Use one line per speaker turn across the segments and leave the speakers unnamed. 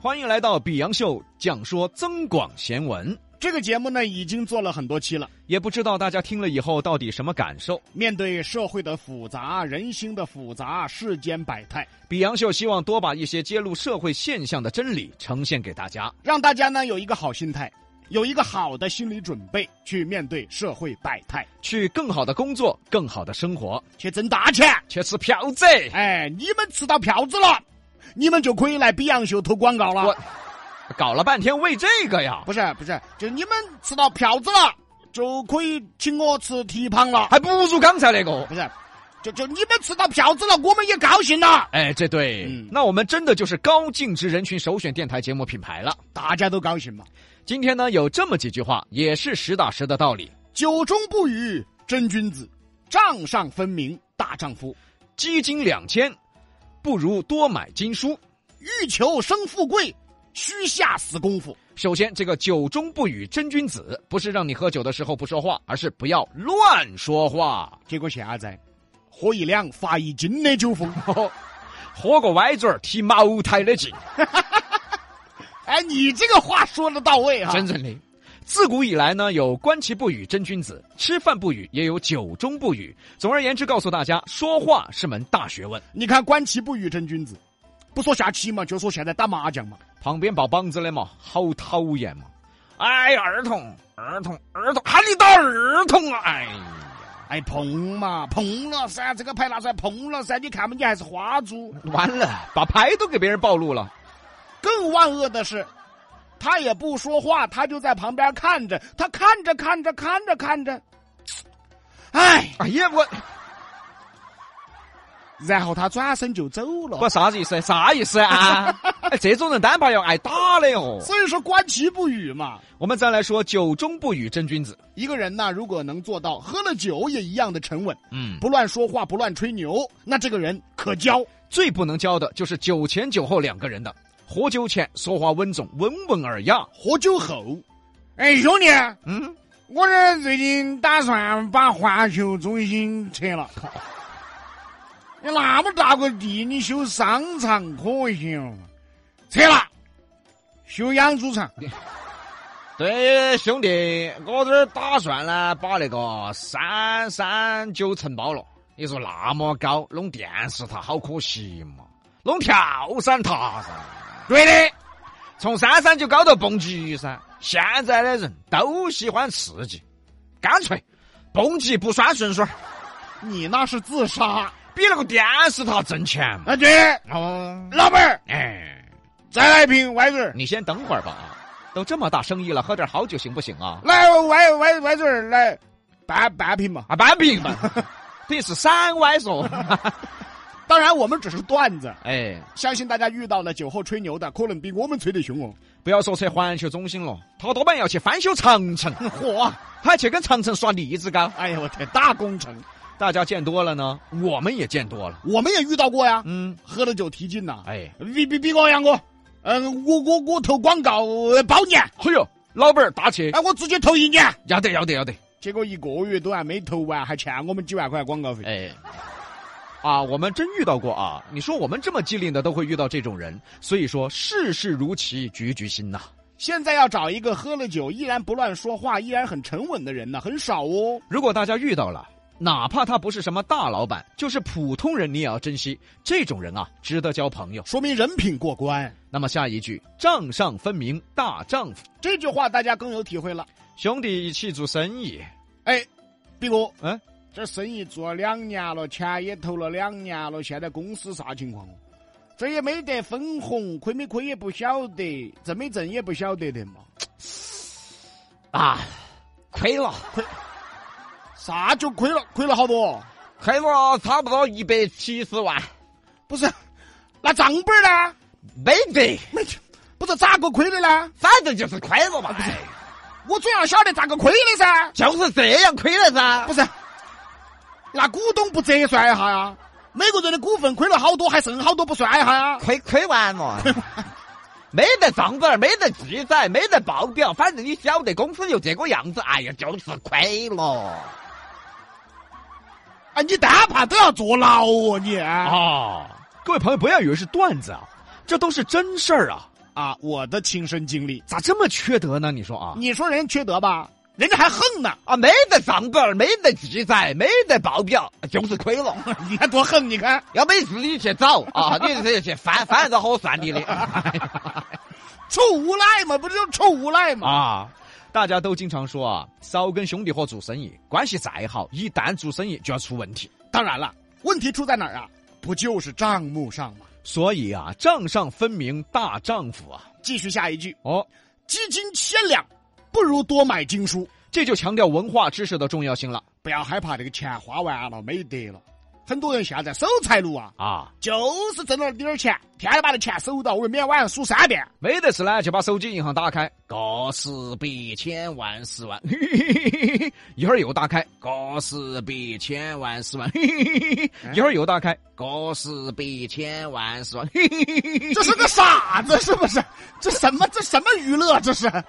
欢迎来到《比洋秀》，讲说增广贤文。
这个节目呢，已经做了很多期了。
也不知道大家听了以后到底什么感受。《
面对社会的复杂、人心的复杂、世间百态，
比洋秀》希望多把一些揭露社会现象的真理呈现给大家。
让大家呢有一个好心态，有一个好的心理准备去面对社会百态，
去更好的工作，更好的生活，
去挣大钱。
去吃票子。
哎，你们吃到票子了，你们就可以来比洋秀投广告
我
了。
搞了半天为这个呀，
不是不是，就你们吃到票子了，就可以请我吃蹄膀了。
还不如刚才那个。
不是，就就你们吃到票子了，我们也高兴了。
哎，这对，
嗯
那我们真的就是高净值人群首选电台节目品牌了。
大家都高兴嘛。
今天呢，有这么几句话，也是实打实的道理：
酒中不语真君子，账上分明大丈夫。
积金两千，不如多买金书。
欲求生富贵，须下死功夫。
首先，这个酒中不语真君子，不是让你喝酒的时候不说话，而是不要乱说话。
结果现在，喝一两罚一斤的酒疯。
喝个歪嘴儿，踢茅台的劲，
哎，你这个话说的到位啊哈、
真正的。自古以来呢，有观其不语真君子，吃饭不语，也有酒中不语。总而言之，告诉大家，说话是门大学问。
你看观其不语真君子，不说下棋嘛，就说现在打麻将嘛。
旁边抱膀子的嘛，好讨厌嘛！哎，儿童，儿童，儿童，喊你打儿童啊！哎呀，
哎，碰嘛，碰了噻，这个牌拿出来碰了噻，你看嘛，你还是花猪。
完了，把牌都给别人暴露了。
更万恶的是，他也不说话，他就在旁边看着，他看着看着看着看着，哎，
哎呀，我
然后他转身就走了。
不啥子意思，啥意思 啊？哎，这种人单怕要挨打的哦。
所以说，观其不语嘛。
我们再来说酒中不语真君子。
一个人呢，如果能做到喝了酒也一样的沉稳，
嗯，
不乱说话，不乱吹牛，那这个人可交。
最不能教的就是酒前酒后两个人的。喝酒前说话稳重，温文尔雅。
喝酒后，哎，兄弟，
嗯，
我这最近打算把环球中心拆了。 你那么大个地，你修商场可行吗？拆了，修养猪 场。
对，兄弟，我这儿打算呢，把那个三三九承包了。你说那么高，弄电视塔好可惜嘛，弄跳伞塔噻。
对的，
从三三九高头蹦极噻。现在的人都喜欢刺激，干脆蹦极不拴绳索，
你那是自杀。
比那个电视塔挣钱嘛。
啊，对，
哦，
老板儿，
哎，
再来一瓶歪嘴儿。
你先等会儿吧啊，都这么大生意了，喝点好酒行不行啊？
来歪歪歪嘴儿来半半瓶嘛。
啊，半瓶嘛，等于是三歪说。
当然，我们只是段子，
哎，
相信大家遇到了酒后吹牛的，可能比我们吹得凶哦。
不要说扯环球中心了，他多半要去翻修长城，
嚯！
还去跟长城耍栗子糕。
哎呀，我天，大工程，
大家见多了呢，我们也见多了。
我们也遇到过呀。
嗯，
喝了酒提劲呐、
哎，
比比比我杨哥，嗯，我我我投广告呃包年，
嘿呦，老板儿打起，
哎，我直接投一年，
要得要得要得。
结果一个月都还没投完，还欠我们几万块广告费。
哎，啊，我们真遇到过啊！你说我们这么机灵的都会遇到这种人，所以说世事如棋，局局新呐、
现在要找一个喝了酒依然不乱说话、依然很沉稳的人呢，很少哦。
如果大家遇到了，哪怕他不是什么大老板，就是普通人，你也要珍惜这种人啊，值得交朋友。
说明人品过关。
那么下一句，账上分明，大丈夫，
这句话大家更有体会了。
兄弟一起做生意，
哎，毕哥，
嗯，
这生意做了两年了，钱也投了两年了，现在公司啥情况哦？这也没得分红，亏没亏也不晓得，挣没挣也不晓得的嘛。
啊，亏了，
啥就亏了？亏了好多？
亏了差不多一百七十万，
不是，那账本儿呢？
没得，
没，不是咋个亏的呢？
反正就是亏了吧，
我总要晓得咋个亏的噻。
就是这样亏了噻
不。是，那股东不折算一下呀？每个人的股份亏了好多，还剩好多不算一下呀？
亏亏完了，没得账本儿，没得记载，没得报表，反正你晓得公司就这个样子。哎呀，就是亏了
啊，你单怕都要坐牢哦你！啊
啊！各位朋友，不要以为是段子啊，这都是真事儿啊。
啊，我的亲身经历。
咋这么缺德呢？你说啊
你说人缺德吧，人家还横呢，
啊，没得账本儿，没得记载，没得报表，就是亏了。
你看多横！你看，
要没事你去找啊，你这去翻翻着好算你的。
臭无赖嘛，不是就臭无赖嘛？
啊，大家都经常说啊，少跟兄弟伙做生意，关系再好，一旦做生意就要出问题。
当然了，问题出在哪儿啊？不就是账目上吗？
所以啊，账上分明大丈夫啊。
继续下一句，
哦，
积金千两，不如多买经书。
这就强调文化知识的重要性了
不要害怕这个钱花完了没得了，很多人现在守财奴啊，
啊。
就是挣了点儿钱，天天把这钱守到，我每晚上数三遍。
没得事呢，就把手机银行打开，个十比千万十万， 一会儿又打开，个十比千万十万， 一会儿又打开，个十比千万十万，
这是个傻子是不是？这什么这什么娱乐这是？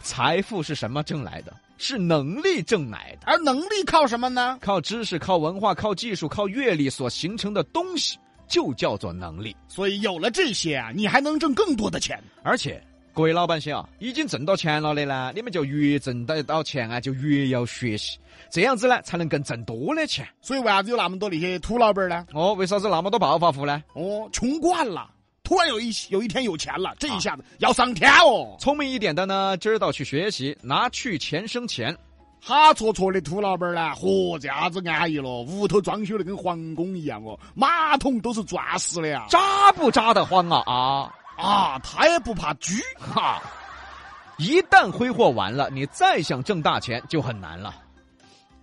财富是什么挣来的？是能力挣来的，
而能力靠什么呢？
靠知识、靠文化、靠技术、靠阅历所形成的东西，就叫做能力。
所以有了这些啊，你还能挣更多的钱。
而且，各位老百姓啊，已经挣到钱了的呢，你们就越挣得到钱啊，就越要学习，这样子呢，才能更挣多的钱。
所以为啥子有那么多那些土老板呢？
哦，为啥子那么多暴发户呢？
哦，穷惯了，突然有一有一天有钱了，这一
啊
下子要上天哦。
聪明一点的呢，今儿到去学习，拿去钱生钱。
哈戳戳的土老板儿呢，嚯，这下子安逸了，屋头装修的跟皇宫一样哦，马桶都是钻石的呀！
扎不扎得慌啊啊！
啊，他也不怕狙。
哈，一旦挥霍完了，你再想挣大钱就很难了。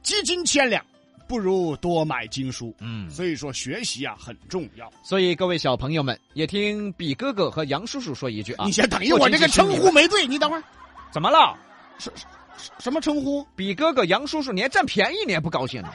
基金千两，不如多买经书。
嗯，
所以说学习啊很重要。
所以各位小朋友们，也听比哥哥和杨叔叔说一句啊
你，先等一会儿，这个称呼没对，你等会儿
怎么了？
什什什么称呼？
比哥哥、杨叔叔，你还占便宜，你还不高兴呢？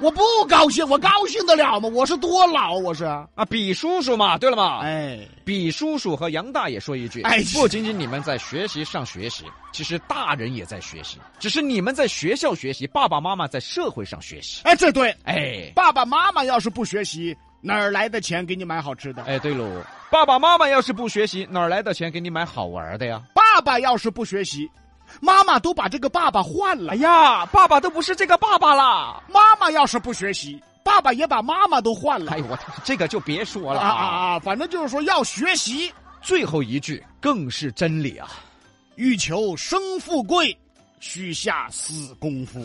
我不高兴，我高兴得了吗？我是多老，我是。
啊，比叔叔嘛，对了嘛，
哎，
比叔叔和杨大爷说一句，
哎
不仅仅你们在学习上学习，其实大人也在学习，只是你们在学校学习，爸爸妈妈在社会上学习。
哎，这对，
哎
爸爸妈妈要是不学习，哪儿来的钱给你买好吃的？
哎，对喽，爸爸妈妈要是不学习，哪儿来的钱给你买好玩的呀？
爸爸要是不学习，妈妈都把这个爸爸换了
哎。呀，爸爸都不是这个爸爸啦！
妈妈要是不学习，爸爸也把妈妈都换了。
哎呦我，这个就别说了
啊啊啊！反正就是说要学习，
最后一句更是真理啊！
欲求生富贵，须下死功夫。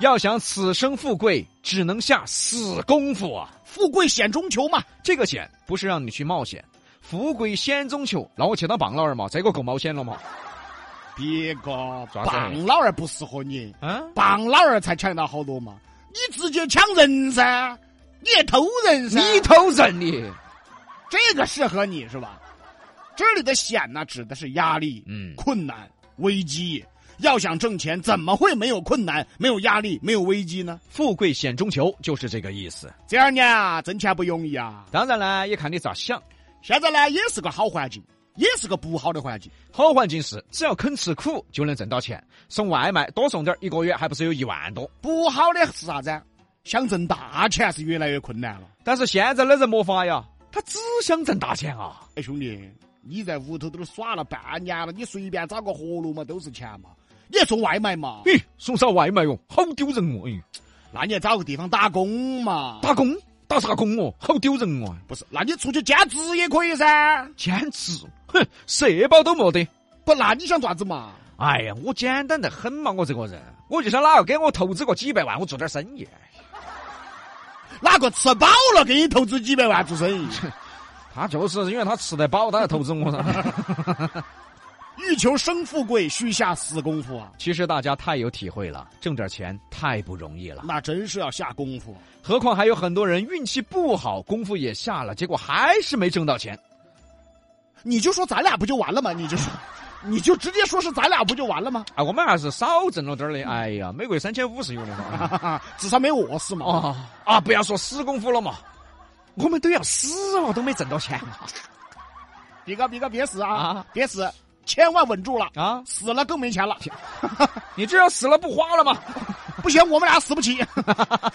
要想此生富贵，只能下死功夫啊！
富贵险中求嘛。
这个险不是让你去冒险，富贵险中求。那我去当棒老儿嘛，这个够冒险了嘛？
别个
抓子
棒老儿不适合你，
啊，
棒老儿才抢到好多嘛。你直接抢人噻，你也偷人噻。
你偷人你！
这个适合你是吧？这里的险呢，指的是压力、
嗯
困难、危机。要想挣钱，怎么会没有困难、没有压力、没有危机呢？
富贵险中求就是这个意思。
这二年啊，挣钱不容易啊。
当然呢，也看你咋想。
现在呢，也是个好环境，也是个不好的环境。
好环境是，只要肯吃苦就能挣到钱。送外卖多送点儿，一个月还不是有一万多？
不好的是啥子？想挣大钱是越来越困难了。
但是现在的人没法呀，他只想挣大钱啊。
哎，兄弟，你在屋头都耍了半年了，你随便找个活路嘛，都是钱嘛。你也送外卖嘛，
咦，送啥外卖哟？好丢人哦！哎，
那你也找个地方打工嘛。
打工打啥工哦？好丢人哦！
不是，那你出去兼职也可以噻。
兼职，哼，社保都没得。
不，那你想咋子嘛？
哎呀，我简单得很嘛，我这个人，我就想哪个给我投资个几百万，我做点生意。
哪个吃饱了给你投资几百万做生 意？
他就是因为他吃得饱，他才投资我噻。
欲求生富贵，须下死功夫啊！
其实大家太有体会了，挣点钱太不容易了。
那真是要下功夫。
何况还有很多人运气不好，功夫也下了，结果还是没挣到钱。
你就说咱俩不就完了吗？你 就说，你就直接说是咱俩不就完了吗？
啊，我们还是少挣了点儿的。哎呀，每个月三千五是有的 嘛。
哈哈，至少没我事嘛。
啊啊！不要说死功夫了嘛，我们都要死哦了，都没挣到钱
别个别个别死啊
啊！
别死，千万稳住了，
啊！
死了更没钱了。
你这要死了不花了吗？
不行，我们俩死不起，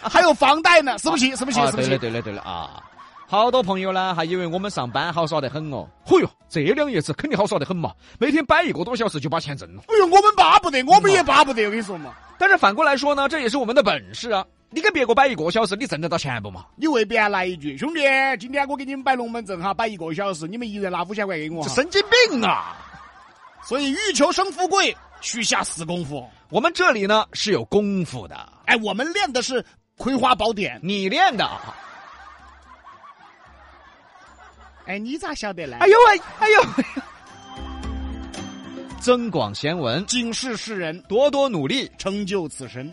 还有房贷呢，死不起，死不起，
啊，
死不
对了
起。
对了对了啊！好多朋友呢还以为我们上班好耍得很哦。嚯哟，这两爷子肯定好耍得很嘛，每天摆一个多小时就把钱挣了。
哎呦，我们巴不得，我们也巴不得，我跟你说嘛，
但是反过来说呢，这也是我们的本事啊。你给别个摆一个小时，你挣得到钱不嘛？
你未必还来一句，兄弟，今天我给你们摆龙门阵哈，摆一个小时，你们一人拿五千块给我
这
哈。
神经病啊！
所以欲求生富贵，须下死功夫。
我们这里呢是有功夫的，
哎，我们练的是《葵花宝典》。
你练的啊。
哎，你咋晓得呢？
哎呦喂，哎呦喂！ 增广贤文，
警示世人，
多多努力。
成就此身。